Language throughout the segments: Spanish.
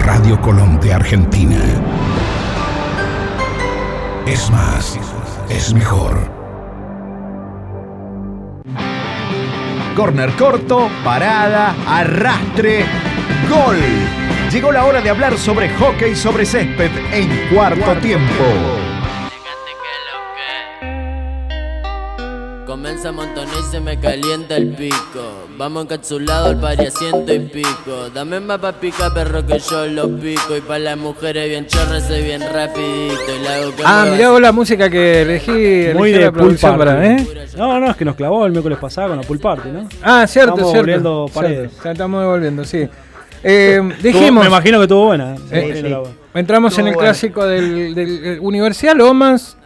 Radio Colón de Argentina. Es más, es mejor. Corner corto, parada, arrastre, gol. Llegó la hora de hablar sobre hockey sobre césped en cuarto, tiempo. Comienza a montonar y se me calienta el pico. Vamos encapsulado al pari a ciento y pico. Dame más pa' pica, perro, que yo lo pico. Y pa' las mujeres bien chorras y bien rapidito. Y la hago que Ah, mueva mirá vos la música que elegí. Muy eligió de la producción pulpa. para ¿eh? mí. No, no, es que nos clavó el miércoles pasado con la pool party, ¿no? Ah, cierto, Estamos cierto. volviendo paredes. Cierto, ya estamos devolviendo, sí. Eh, dijimos, Me imagino que estuvo buena. Eh, Era la- entramos en el Estuvo bueno. clásico del, del- eh, Universidad Lomas.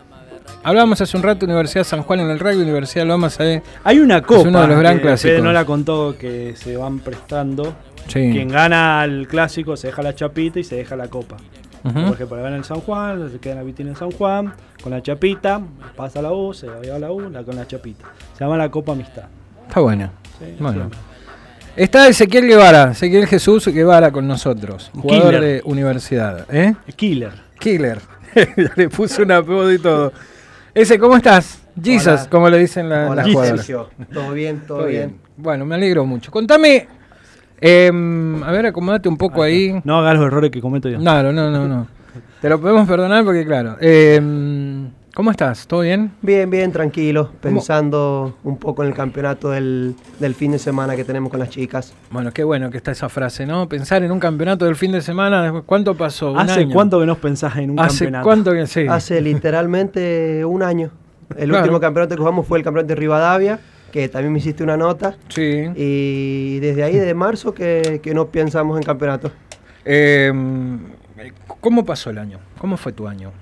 Hablábamos hace un rato Universidad San Juan en el rugby, Universidad Lomas. eh, Hay una copa. uno de los gran que clásicos. Fede no la contó que se van prestando. sí. Quien gana el clásico se deja la chapita y se deja la copa. Ujú. Por ejemplo, gana el San Juan, se queda en la vitina en San Juan, con la chapita, pasa la U, se la lleva a la U, la con la chapita. Se llama la Copa Amistad. Está buena. Sí, Bueno. siempre. Está Ezequiel Guevara, Ezequiel Jesús Guevara con nosotros, jugador Killer. de universidad. ¿eh? Killer. Killer. le puso un apodo y todo. Ese, ¿cómo estás? Jesus, Hola. como le dicen la- Hola, las jugadoras. Sergio. ¿Todo bien? ¿Todo, Todo bien? Bueno, me alegro mucho. Contame. em, a ver, acomodate un poco ahí. No hagas los errores que cometo yo. No, no, no, no. no. Te lo podemos perdonar porque, claro. em, ¿Cómo estás? ¿Todo bien? Bien, bien, tranquilo. Pensando un poco en el campeonato del, del fin de semana que tenemos con las chicas. Bueno, qué bueno que está esa frase, ¿no? Pensar en un campeonato del fin de semana. ¿Cuánto pasó? ¿Un ¿Hace año? cuánto que nos pensás en un ¿Hace campeonato? cuánto que sí? Hace literalmente un año. El Claro. último campeonato que jugamos fue el campeonato de Rivadavia, que también me hiciste una nota. Sí. Y desde ahí, desde marzo, que, que no pensamos en campeonato. Em, ¿Cómo pasó el año? ¿Cómo fue tu año?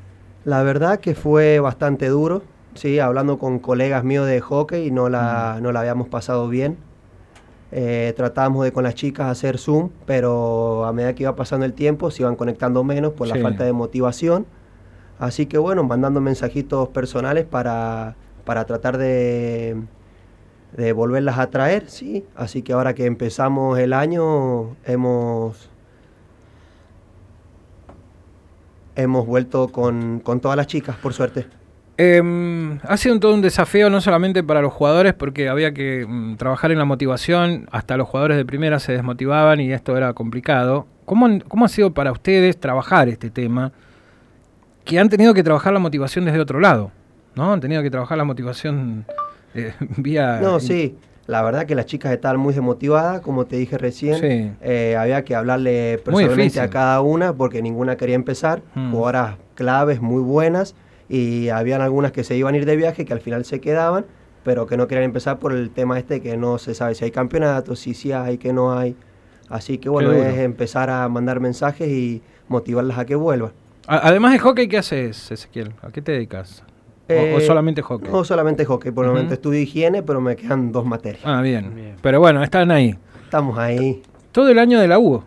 La verdad que fue bastante duro. Sí, hablando con colegas míos de hockey, no la, no la habíamos pasado bien. Eh, tratábamos de con las chicas hacer Zoom, pero a medida que iba pasando el tiempo se iban conectando menos por Sí. la falta de motivación. Así que bueno, mandando mensajitos personales para, para tratar de, de volverlas a traer, sí. Así que ahora que empezamos el año, hemos, hemos vuelto con, con todas las chicas, por suerte. Em, ha sido un- todo un desafío, no solamente para los jugadores, porque había que mm, trabajar en la motivación, hasta los jugadores de primera se desmotivaban y esto era complicado. ¿Cómo, han- cómo ha sido para ustedes trabajar este tema? Que han tenido que trabajar la motivación desde otro lado, ¿no? Han tenido que trabajar la motivación eh, vía... No, sí. La verdad que las chicas estaban muy desmotivadas, como te dije recién. Sí. Eh, había que hablarle Muy personalmente difícil. a cada una porque ninguna quería empezar. Mm. Jugadoras claves muy buenas y habían algunas que se iban a ir de viaje que al final se quedaban, pero que no querían empezar por el tema este que no se sabe si hay campeonato, si sí hay, que no hay. Así que bueno, duro. es empezar a mandar mensajes y motivarlas a que vuelvan. A- además de hockey, ¿qué haces, Ezequiel? ¿A qué te dedicas? ¿O, o Eh, solamente hockey? No solamente hockey, por el Ujú. momento estudio higiene, pero me quedan dos materias. Ah, bien. Bien. Pero bueno, están ahí. Estamos ahí, Todo el año de la U.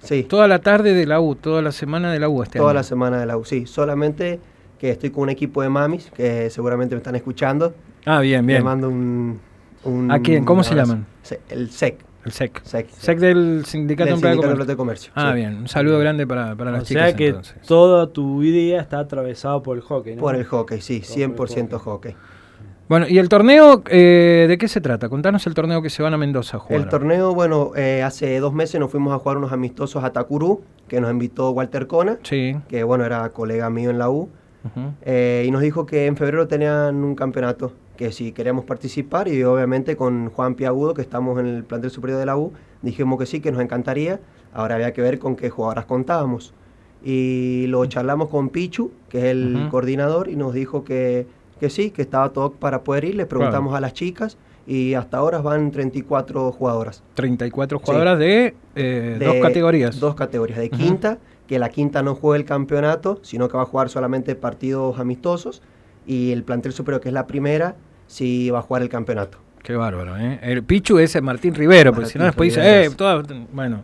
sí. Toda la tarde de la U, toda la semana de la U este toda año. la semana de la U. Sí, solamente que estoy con un equipo de mamis que seguramente me están escuchando. Ah, bien, Le bien. mando un, un ¿A quién? ¿Cómo se llaman? Se- El SEC. El SEC. SEC. SEC del Sindicato Del Empleado de Sindicato Comercio. Plata de Comercio. Ah, sí. bien. Un saludo grande para, para las o chicas sea que entonces. toda tu idea está atravesada por el hockey, ¿no? Por el hockey, sí, 100% hockey. Bueno, ¿y el torneo eh, de qué se trata? Contanos el torneo que se van a Mendoza a jugar. El torneo, bueno, eh, hace dos meses nos fuimos a jugar unos amistosos a Tacurú, que nos invitó Walter Cona, Sí. que bueno, era colega mío en la U. ujú. Eh, y nos dijo que en febrero tenían un campeonato, que si queríamos participar, y obviamente con Juan Piagudo, que estamos en el plantel superior de la U, dijimos que sí, que nos encantaría. Ahora había que ver con qué jugadoras contábamos. Y lo charlamos con Pichu, que es el Ujú. coordinador, y nos dijo que, que sí, que estaba todo para poder ir. Les preguntamos a las chicas, y hasta ahora van 34 jugadoras. 34 jugadoras de, eh, dos categorías. Dos categorías, de Ujú. quinta, que la quinta no juega el campeonato, sino que va a jugar solamente partidos amistosos, y el plantel superior, que es la primera, sí va a jugar el campeonato. Qué bárbaro, ¿eh? El Pichu es el Martín Rivero, porque si no Martín después dice, eh, Rivero. todas- bueno,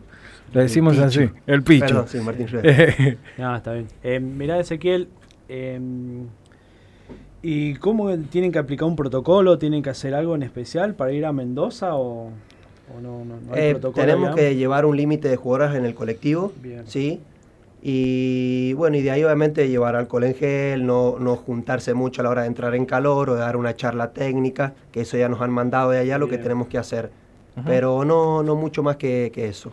lo decimos así. El Pichu. Perdón, sí, Martín Rivera. Eh, No, está bien. Eh, mirá, Ezequiel, eh, ¿y cómo tienen que aplicar un protocolo? ¿Tienen que hacer algo en especial para ir a Mendoza o, o no, no- no hay Eh, protocolo? tenemos digamos? que llevar un límite de jugadoras en el colectivo, Bien. ¿sí? Y bueno, y de ahí obviamente llevar alcohol en gel, no, no juntarse mucho a la hora de entrar en calor o de dar una charla técnica, que eso ya nos han mandado de allá lo que Bien. tenemos que hacer. Pero no, no mucho más que, que eso.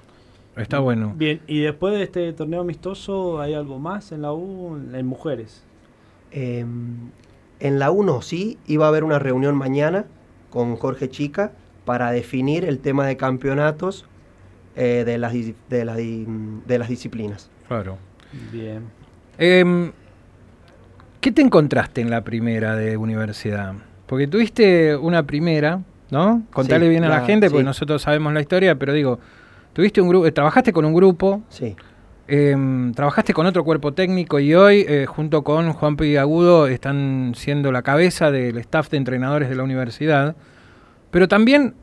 Está bueno. Bien, y después de este torneo amistoso, ¿hay algo más en la U? En mujeres. Eh, en la 1 sí, iba a haber una reunión mañana con Jorge Chica para definir el tema de campeonatos eh, de, las, dis- de, las, di- de las disciplinas. Claro. Bien. Em, ¿Qué te encontraste en la primera de universidad? Porque tuviste una primera, ¿no? Contale Sí, bien a la la- gente, porque sí. nosotros sabemos la historia, pero digo, tuviste un grupo, trabajaste con un grupo, Sí. em, trabajaste con otro cuerpo técnico y hoy, eh, junto con Juan P. Agudo, están siendo la cabeza del staff de entrenadores de la universidad. Pero también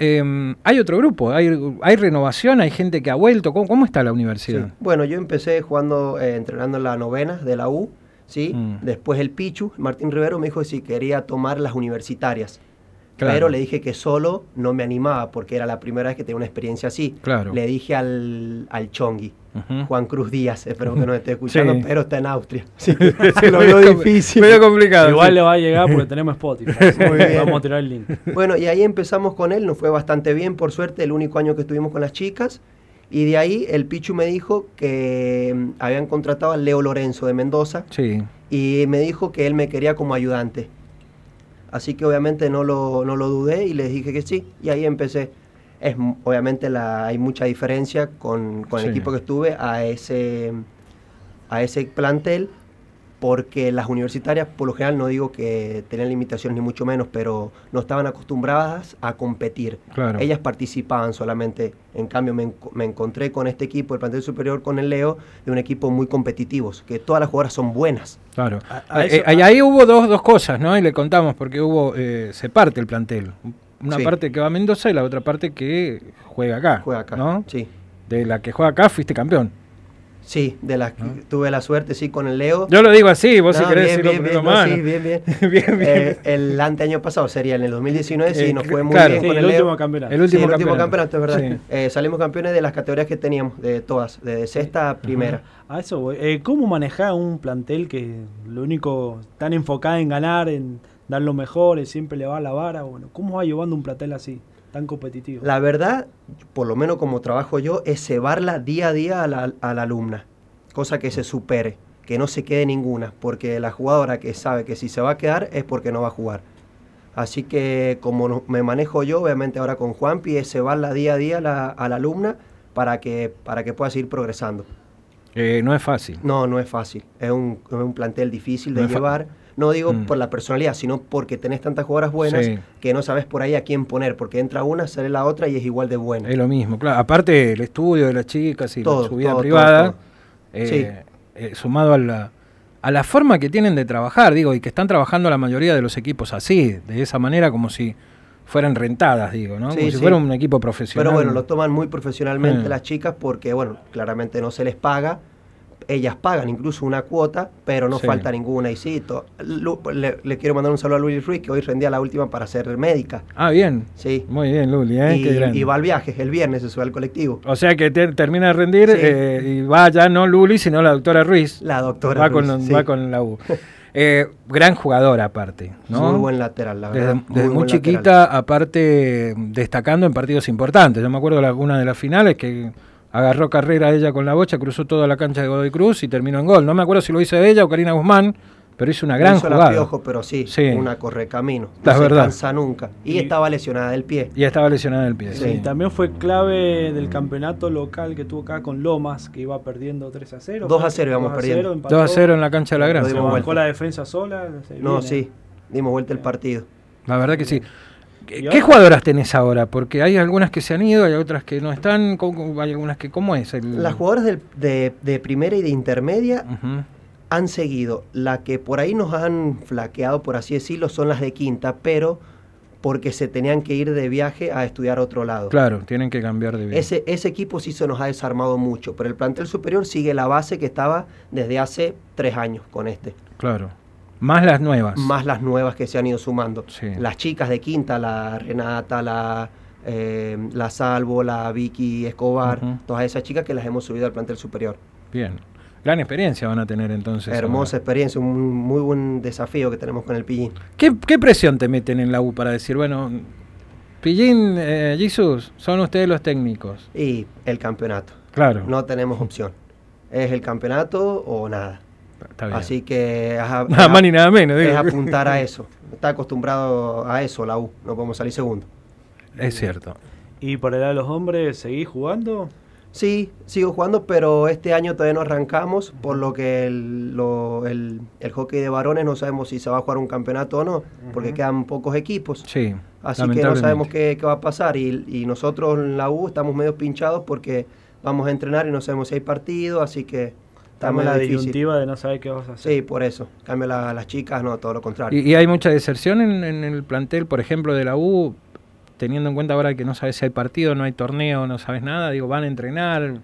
em, hay otro grupo, hay, hay renovación, hay gente que ha vuelto. ¿Cómo, cómo está la universidad? Sí. Bueno, yo empecé jugando, eh, entrenando en la novena de la U, ¿sí? Mm. Después el Pichu, Martín Rivero me dijo si quería tomar las universitarias. Claro. Pero le dije que solo no me animaba porque era la primera vez que tenía una experiencia así. Claro. Le dije al, al Chongui, Ujú. Juan Cruz Díaz, espero que nos esté escuchando, Sí. pero está en Austria. Sí, se lo veo difícil. Medio complicado. Igual sí. le va a llegar porque tenemos Spotify. así que Muy bien. Vamos a tirar el link. Bueno, y ahí empezamos con él, nos fue bastante bien, por suerte, el único año que estuvimos con las chicas. Y de ahí el Pichu me dijo que mm, habían contratado a Leo Lorenzo de Mendoza Sí. y me dijo que él me quería como ayudante. Así que obviamente no lo, no lo dudé y les dije que sí. Y ahí empecé. Es, m- obviamente la, hay mucha diferencia con, con Sí. el equipo que estuve a ese, a ese plantel, porque las universitarias, por lo general, no digo que tenían limitaciones ni mucho menos, pero no estaban acostumbradas a competir. Claro. Ellas participaban solamente. En cambio, me, enco- me encontré con este equipo, el plantel superior, con el Leo, de un equipo muy competitivo, que todas las jugadoras son buenas. Claro. A- a Eh, eso- eh, ahí hubo dos, dos cosas, ¿no? Y le contamos porque hubo eh, se parte el plantel. Una Sí. parte que va a Mendoza y la otra parte que juega acá. Juega acá. ¿no? Sí. De la que juega acá fuiste campeón. Sí, de las que tuve la suerte, sí, con el Leo. Yo lo digo así, vos si No, querés bien, decirlo bien, con bien, la no, mano. sí, bien, bien. Bien, bien. Eh, el anteaño pasado sería en el 2019, sí, Eh, nos cl- fue muy claro. bien Sí, con el el Leo. último campeonato. El último Sí, el último campeonato. campeonato, es verdad. Sí. Eh, salimos campeones de las categorías que teníamos, de todas, de sexta a primera. A eso voy. Eh, ¿Cómo manejar un plantel que lo único tan enfocado en ganar, en dar lo mejor, y siempre le va a la vara? Bueno, ¿cómo va llevando un plantel así, tan competitivo? La verdad, por lo menos como trabajo yo, es cebarla día a día a la, a la alumna, cosa que se supere, que no se quede ninguna, porque la jugadora que sabe que si se va a quedar es porque no va a jugar. Así que como no- me manejo yo, obviamente ahora con Juanpi, es cebarla día a día a la, a la alumna para que, para que pueda seguir progresando. Eh, no es fácil. No, no es fácil, es un, es un plantel difícil de No es fa- llevar. No digo Mm. por la personalidad, sino porque tenés tantas jugadoras buenas Sí. que no sabes por ahí a quién poner, porque entra una, sale la otra y es igual de buena. Es lo mismo, claro. Aparte el estudio de las chicas y la- Todo, su vida todo, privada, todo, todo. eh, eh, sumado a la, a la forma que tienen de trabajar, digo, y que están trabajando la mayoría de los equipos así, de esa manera, como si fueran rentadas, digo, ¿no? Sí, como si sí. fuera un equipo profesional. Eh. Pero bueno, lo toman muy profesionalmente Sí. las chicas porque, bueno, claramente no se les paga. Ellas pagan incluso una cuota, pero no Sí. falta ninguna. Y sí, to- Lu- le, le quiero mandar un saludo a Luis Ruiz, que hoy rendía la última para ser médica. Ah, bien. Sí. Muy bien, Luli, ¿eh? Qué grande. Oh, Y, y va al viaje, el viernes se sube al colectivo. O sea que te- termina de rendir Sí. eh, y va ya no Luli, sino la doctora Ruiz. La doctora. va, Ruiz, con, sí. va con la U. Eh, gran jugadora aparte, ¿no? Muy buen lateral, la Desde verdad. desde muy, buen chiquita, lateral. aparte destacando en partidos importantes. Yo me acuerdo de alguna de las finales que agarró carrera ella con la bocha, cruzó toda la cancha de Godoy Cruz y terminó en gol. No me acuerdo si lo hizo ella o Karina Guzmán, pero hizo una gran Hizo la jugada. piojo, pero sí, Sí. una correcamino. No La se verdad. cansa nunca. Y, Y- estaba lesionada del pie. Y estaba lesionada del pie. Eh, Sí. y también fue clave del campeonato local que tuvo acá con Lomas, que iba perdiendo 3 a 0. 2 a 0 íbamos 2 a perdiendo. 0, empató, 2 a 0 en la cancha de la Lo gran. Se dimos bancó vuelta. la defensa sola. se No, viene. sí. Dimos vuelta el partido. La verdad que sí. ¿Qué, Y qué ahora- jugadoras tenés ahora? Porque hay algunas que se han ido, hay otras que no están, ¿cómo- hay algunas que... ¿Cómo es? el- Las jugadoras del- de, de primera y de intermedia Ujú. han seguido. La que por ahí nos han flaqueado, por así decirlo, son las de quinta, pero porque se tenían que ir de viaje a estudiar a otro lado. Claro, tienen que cambiar de vida. Ese, ese equipo sí se nos ha desarmado mucho, pero el plantel superior sigue la base que estaba desde hace tres años con este. Claro. Más las nuevas. Más las nuevas que se han ido sumando. Sí. Las chicas de quinta, la Renata, la eh, la Salvo, la Vicky Escobar, Ujú. todas esas chicas que las hemos subido al plantel superior. Bien. Gran experiencia van a tener entonces. Hermosa ahora. experiencia, un muy buen desafío que tenemos con el Pillín. ¿Qué, qué presión te meten en la U para decir, bueno, Pillín, eh, Jesús, son ustedes los técnicos? Y el campeonato. Claro. No tenemos opción. Es el campeonato o nada. está bien. Así que ajá, Nada es más ap- ni nada menos. es digo. apuntar a eso. Está acostumbrado a eso la U. No podemos salir segundo. Es cierto. Y por el lado de los hombres, ¿seguís jugando? Sí, sigo jugando, pero este año todavía no arrancamos, por lo que el, lo- el- el hockey de varones no sabemos si se va a jugar un campeonato o no, porque quedan pocos equipos. Sí. Así que no lamentablemente. sabemos qué, qué va a pasar. Y, y nosotros en la U estamos medio pinchados porque vamos a entrenar y no sabemos si hay partido, así que está Estamos en la medio difícil. disyuntiva de no saber qué vas a hacer. Sí, por eso. Cambio la- las chicas, no, todo lo contrario. ¿Y, y hay mucha deserción en, en el plantel, por ejemplo, de la U? Teniendo en cuenta ahora que no sabes si hay partido, no hay torneo, no sabes nada, digo, van a entrenar.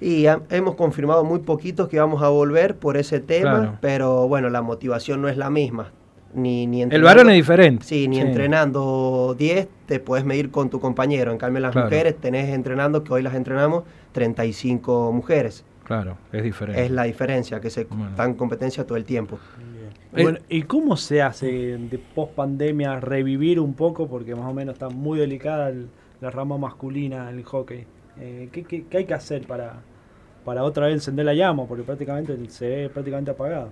Y ha- hemos confirmado muy poquitos que vamos a volver por ese tema, Claro. pero bueno, la motivación no es la misma. Ni, ni El varón entrenando- es diferente. Sí, ni entrenando 10 te puedes medir con tu compañero. En cambio, las Claro. mujeres tenés entrenando, que hoy las entrenamos, 35 mujeres. Claro, es diferente. Es la diferencia, que se Bueno. dan competencia todo el tiempo. Eh, Y bueno, ¿Y cómo se hace de post pandemia revivir un poco? Porque más o menos está muy delicada el- la rama masculina del hockey. Eh, ¿qué, qué, qué hay que hacer para, para otra vez encender la llama? Porque prácticamente se ve prácticamente apagado.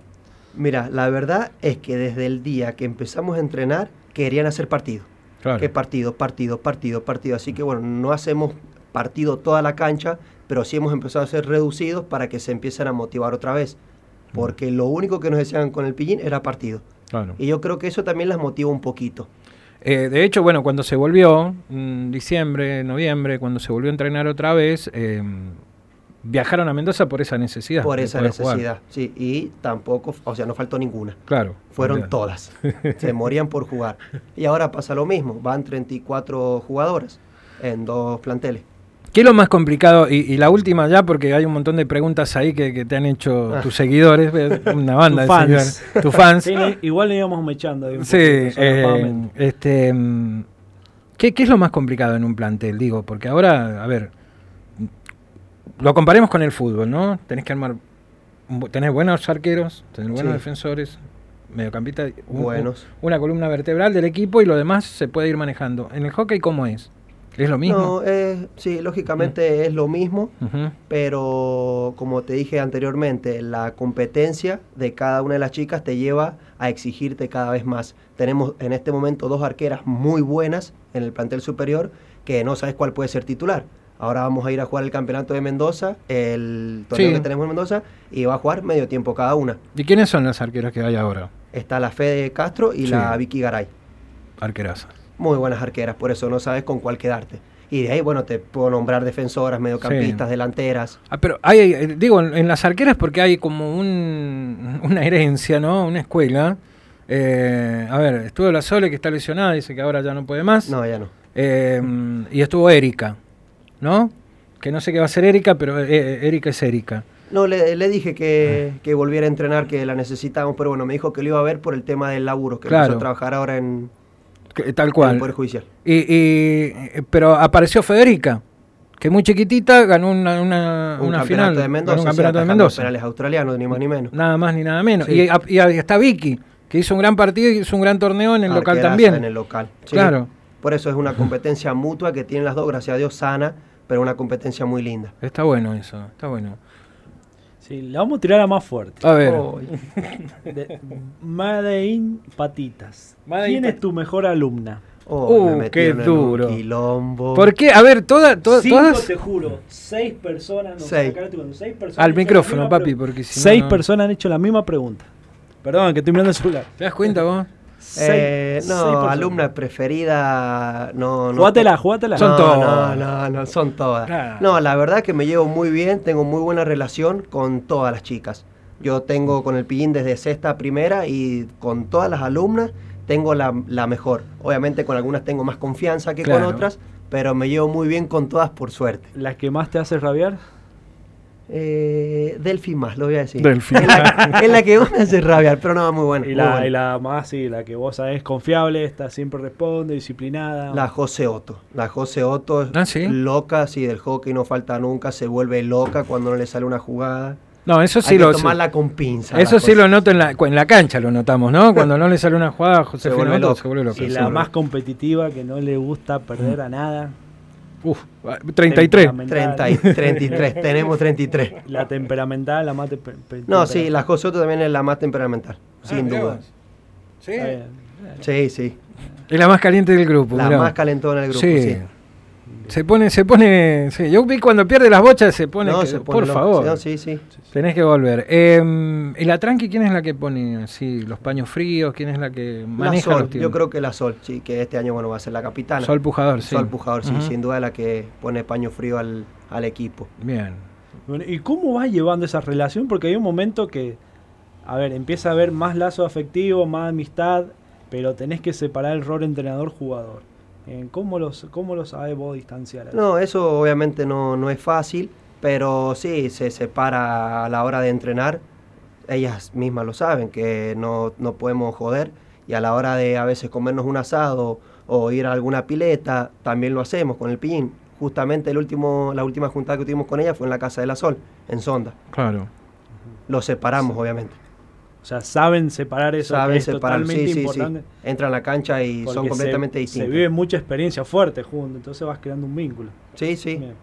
Mira, la verdad es que desde el día que empezamos a entrenar, querían hacer partido. Claro. que partido, partido, partido, partido. Así que bueno, no hacemos partido toda la cancha, pero sí hemos empezado a ser reducidos para que se empiecen a motivar otra vez. Porque lo único que nos decían con el pillín era partido. Mm. claro. Y yo creo que eso también las motiva un poquito. Eh, de hecho, bueno, cuando se volvió, mm, diciembre, noviembre, cuando se volvió a entrenar otra vez, eh, viajaron a Mendoza por esa necesidad. por de esa poder jugar. necesidad. Sí, y tampoco, o sea, no faltó ninguna. Claro. Fueron Bien. todas. Se morían por jugar. Y ahora pasa lo mismo. Van 34 jugadoras en dos planteles. ¿Qué es lo más complicado? Y, y la última ya, porque hay un montón de preguntas ahí que, que te han hecho Ah. tus seguidores, ves, una banda Tus de fans. seguidores, tus fans. Sí, no- igual le íbamos mechando. ahí un Ah, Sí, poquito, eh, solapadamente. este, mm, ¿qué, qué es lo más complicado en un plantel? Digo, porque ahora, a ver, lo comparemos con el fútbol, ¿no? Tenés que armar, un bu- tenés buenos arqueros, tenés buenos Sí. defensores, mediocampistas, un- un- Buenos. una columna vertebral del equipo y lo demás se puede ir manejando. ¿En el hockey cómo es? ¿Es lo mismo? No, eh, sí, lógicamente es lo mismo. Ujú, pero como te dije anteriormente, la competencia de cada una de las chicas te lleva a exigirte cada vez más. Tenemos en este momento dos arqueras muy buenas en el plantel superior que no sabes cuál puede ser titular. Ahora vamos a ir a jugar el campeonato de Mendoza, el torneo Sí. que tenemos en Mendoza, y va a jugar medio tiempo cada una. ¿Y quiénes son las arqueras que hay ahora? Está la Fede Castro y Sí. la Vicky Garay. Arqueras. Muy buenas arqueras, por eso no sabes con cuál quedarte. Y de ahí, bueno, te puedo nombrar defensoras, mediocampistas, delanteras. Ah, pero hay, eh, digo, en, en las arqueras porque hay como un- una herencia, ¿no? Una escuela. Eh, a ver, estuvo la Sole que está lesionada, dice que ahora ya no puede más. No, ya no. Eh, mm, y estuvo Erika, ¿no? Que no sé qué va a ser Erika, pero eh, eh, Erika es Erika. No, le, le dije que, Eh. que volviera a entrenar, que la necesitábamos, pero bueno, me dijo que lo iba a ver por el tema del laburo, que Claro. empezó a trabajar ahora en, Que- tal en el cual. Poder Judicial. Y, y- eh, pero apareció Federica, que muy chiquitita ganó una, una, un Ah, una campeonato final. de ganó Mendoza. un sí, campeonato de atajando Mendoza. Penales australianos, ni más ni menos. Nada más ni nada menos. Sí. Y, a- y ahí está Vicky, que hizo un gran partido y hizo un gran torneo en el local Arqueraza también. En el local. sí. Claro. Por eso es una competencia mutua que tienen las dos, gracias a Dios, sana, pero una competencia muy linda. Está bueno eso, está bueno. Sí, la vamos a tirar a más fuerte. A ver, Oh. De- Made in Patitas. Made in ¿Quién es Pat- tu mejor alumna? Oh, me Uh, metieron qué en un duro. quilombo. ¿por qué? A ver, toda, to- Cinco, todas te juro. Seis personas. No Seis. sé, acá te digo, seis personas al hicieron la micrófono, misma papi, pregunta. porque si no, Seis no- personas han hecho la misma pregunta. Perdón, que estoy mirando el celular. ¿Te das cuenta vos? Eh, Seis- seis no, personas. alumna preferida. No, no. Jugátela, jugátela. Son no, todas. No, no, no, son todas. Claro. No, la verdad que me llevo muy bien, tengo muy buena relación con todas las chicas. Yo tengo con el pillín desde sexta a primera y con todas las alumnas tengo la, la mejor. Obviamente con algunas tengo más confianza que Claro. con otras, pero me llevo muy bien con todas por suerte. ¿Las que más te hace rabiar? Eh, Delphi más, lo voy a decir. Delphi. Es la, es la que vos me hace rabiar, pero no, muy buena. Y muy la, buena. y la más, sí, la que vos sabés, confiable, está siempre responde, disciplinada. La José Otto. La José Otto es Ah, sí. loca, sí, del hockey no falta nunca, se vuelve loca cuando no le sale una jugada. No, eso sí Hay lo. que tomarla con pinza. Eso la sí lo José. noto en la, cu- en la cancha, lo notamos, ¿no? Cuando no le sale una jugada a José vuelve Fernando, loco. se vuelve loco. y la más competitiva, que no le gusta perder a nada. Uf, 33. Temperamental. 30 y 33, tenemos 33. La temperamental, la más... tempe- pe- No, sí, temperamental. la José Otto también es la más temperamental, Ah, sin duda. Sí. Está bien. Sí, sí. Es la más caliente del grupo. La mirá. más calentona del grupo, Sí. sí. Se pone, se pone. sí, Yo vi cuando pierde las bochas, se pone. No, que- se pone por loca, favor. sí, no, Sí, sí. Tenés que volver. Eh, ¿Y la tranqui quién es la que pone así los paños fríos? ¿Quién es la que La maneja Sol, los yo tiempos? creo que la Sol, sí, que este año bueno va a ser la capitana. Sol Pujador, sí. Sol Pujador, sí, Ujú. sin duda la que pone paño frío al, al equipo. Bien. Bueno, ¿y cómo vas llevando esa relación? Porque hay un momento que, a ver, empieza a haber más lazo afectivo, más amistad, pero tenés que separar el rol entrenador-jugador. Eh, ¿Cómo los, ¿Cómo los sabés vos distanciar? a eso? No, eso obviamente no, no es fácil, pero sí, se separa a la hora de entrenar. Ellas mismas lo saben, que no, no podemos joder. Y a la hora de a veces comernos un asado o ir a alguna pileta, también lo hacemos con el pin. Justamente el último, la última juntada que tuvimos con ella fue en la Casa de la Sol, en Sonda. Claro. Lo separamos, obviamente. O sea, saben separar eso, que Saben es separar, sí, totalmente sí, sí. importante. Entran a la cancha y porque son se- completamente distintos. Se vive mucha experiencia fuerte juntos, entonces vas creando un vínculo. Sí, sí. Bien.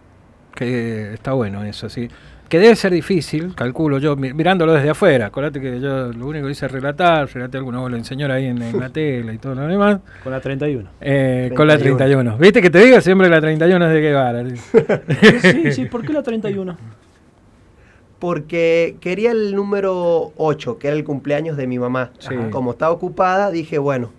Que eh, está bueno eso, sí. Que debe ser difícil, calculo yo, mi- mirándolo desde afuera. Acordate que yo lo único que hice es relatar, relaté alguna vez lo enseñó ahí en, en la tele y todo lo demás. Con la 31. Eh, con la 31. 31. ¿Viste que te digo siempre la 31 es de Guevara? sí, sí, ¿por qué la 31? Porque quería el número 8, que era el cumpleaños de mi mamá. Sí. Ajá. Como estaba ocupada, dije, bueno,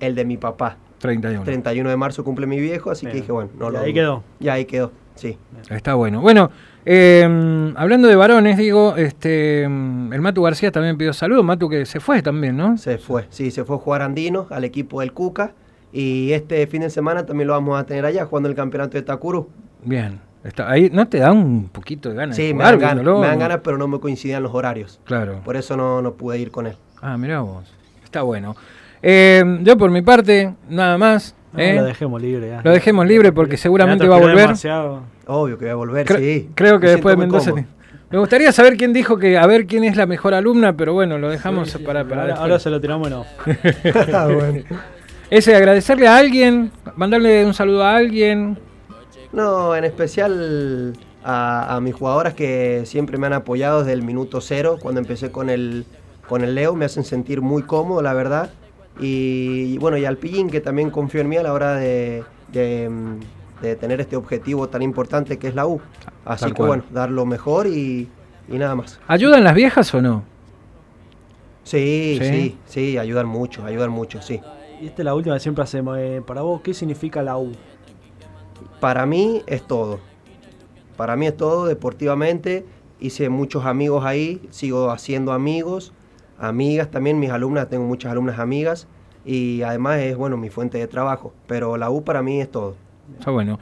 el de mi papá. 31. 31 de marzo cumple mi viejo, así Bien. que dije, bueno, no Y lo ahí dudo. quedó. Y ahí quedó, sí. Está bueno. Bueno, eh, hablando de varones, digo, este mm, el Matu García también pidió saludos. Matu que se fue también, ¿no? Se fue, sí, se fue a jugar Andino al equipo del Cuca. Y este fin de semana también lo vamos a tener allá, jugando el campeonato de Takuru. Bien. Está, ahí, ¿No te da un poquito de ganas? de Sí, me jugar dan, ganas, viéndolo? me dan ganas, pero no me coincidían los horarios. Claro. Por eso no, no pude ir con él. Ah, mirá vos. Está bueno. Eh, yo por mi parte, nada más. No, ¿eh? Ah, Lo dejemos libre. ya. Lo dejemos libre porque seguramente Me va a atoré volver. demasiado. Obvio que voy a volver, Cre- sí. Creo que Me después de siento muy Mendoza. cómodo. te- Me gustaría saber quién dijo que a ver quién es la mejor alumna, pero bueno, lo dejamos para, para Ahora, después. ahora se lo tiramos en off. Ah, bueno. Ese, agradecerle a alguien, mandarle un saludo a alguien. No, en especial a, a mis jugadoras que siempre me han apoyado desde el minuto cero, cuando empecé con el, con el Leo, me hacen sentir muy cómodo, la verdad. Y, y bueno, y al Pillín, que también confió en mí a la hora de, de, mm, de tener este objetivo tan importante que es la U. Así Tal que cual. bueno, dar lo mejor y, y nada más. ¿Ayudan las viejas o no? Sí, ¿Sí? sí, sí, ayudan mucho, ayudan mucho, sí. Y esta es la última que siempre hacemos. eh, para vos, ¿qué significa la U? Para mí es todo. Para mí es todo deportivamente. Hice muchos amigos ahí, sigo haciendo amigos, amigas también, mis alumnas, tengo muchas alumnas amigas y además es, bueno, mi fuente de trabajo. Pero la U para mí es todo. Está bueno.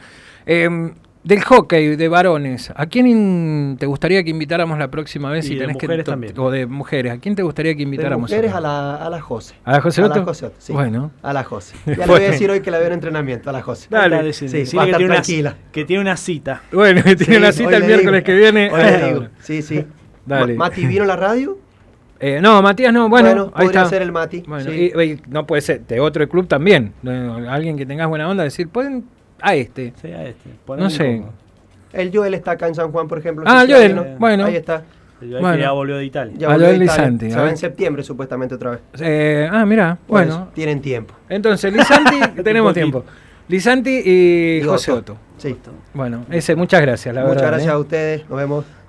Eh, del hockey de varones, ¿a quién in- te gustaría que invitáramos la próxima vez? Y si de tenés que mujeres to- también. O de mujeres, ¿a Ah, quién te gustaría que De invitáramos? mujeres a la, a la Jose. ¿A la José A Otto? la José Otto, sí. Bueno. A la Jose. Ya le voy a decir hoy que la veo en entrenamiento, a la Jose. Está Sí, diciendo, decirle va a que, estar tiene una, tranquila. que tiene una cita. Bueno, que tiene Sí, una cita hoy el le miércoles digo. que viene. Hoy a le esta digo. hora. Sí, sí. Dale. Ma- Mati vino a la radio. Eh, no, Matías no, bueno, Bueno, ahí podría está. ser el Mati, Bueno, sí. y- y no puede ser, de otro club también. Eh, Alguien que tengas buena onda, decir, pueden a este. Sí, a este. No sé. El Joel está acá en San Juan, por ejemplo. Ah, Sí, sí, Joel, ahí vino. bueno. Ahí está. Bueno. Bueno. Ya volvió de Italia. Ya A volvió Joel de Italia. Lizanti, a Se va ver. en septiembre supuestamente otra vez. Eh, ah, mira, Por bueno. eso, tienen tiempo. Entonces, Lisanti, tenemos Un tiempo. Lisanti y Y José Otto. Otto. Sí. Bueno, ese, muchas gracias, la Muchas verdad. gracias ¿eh? a ustedes. Nos vemos.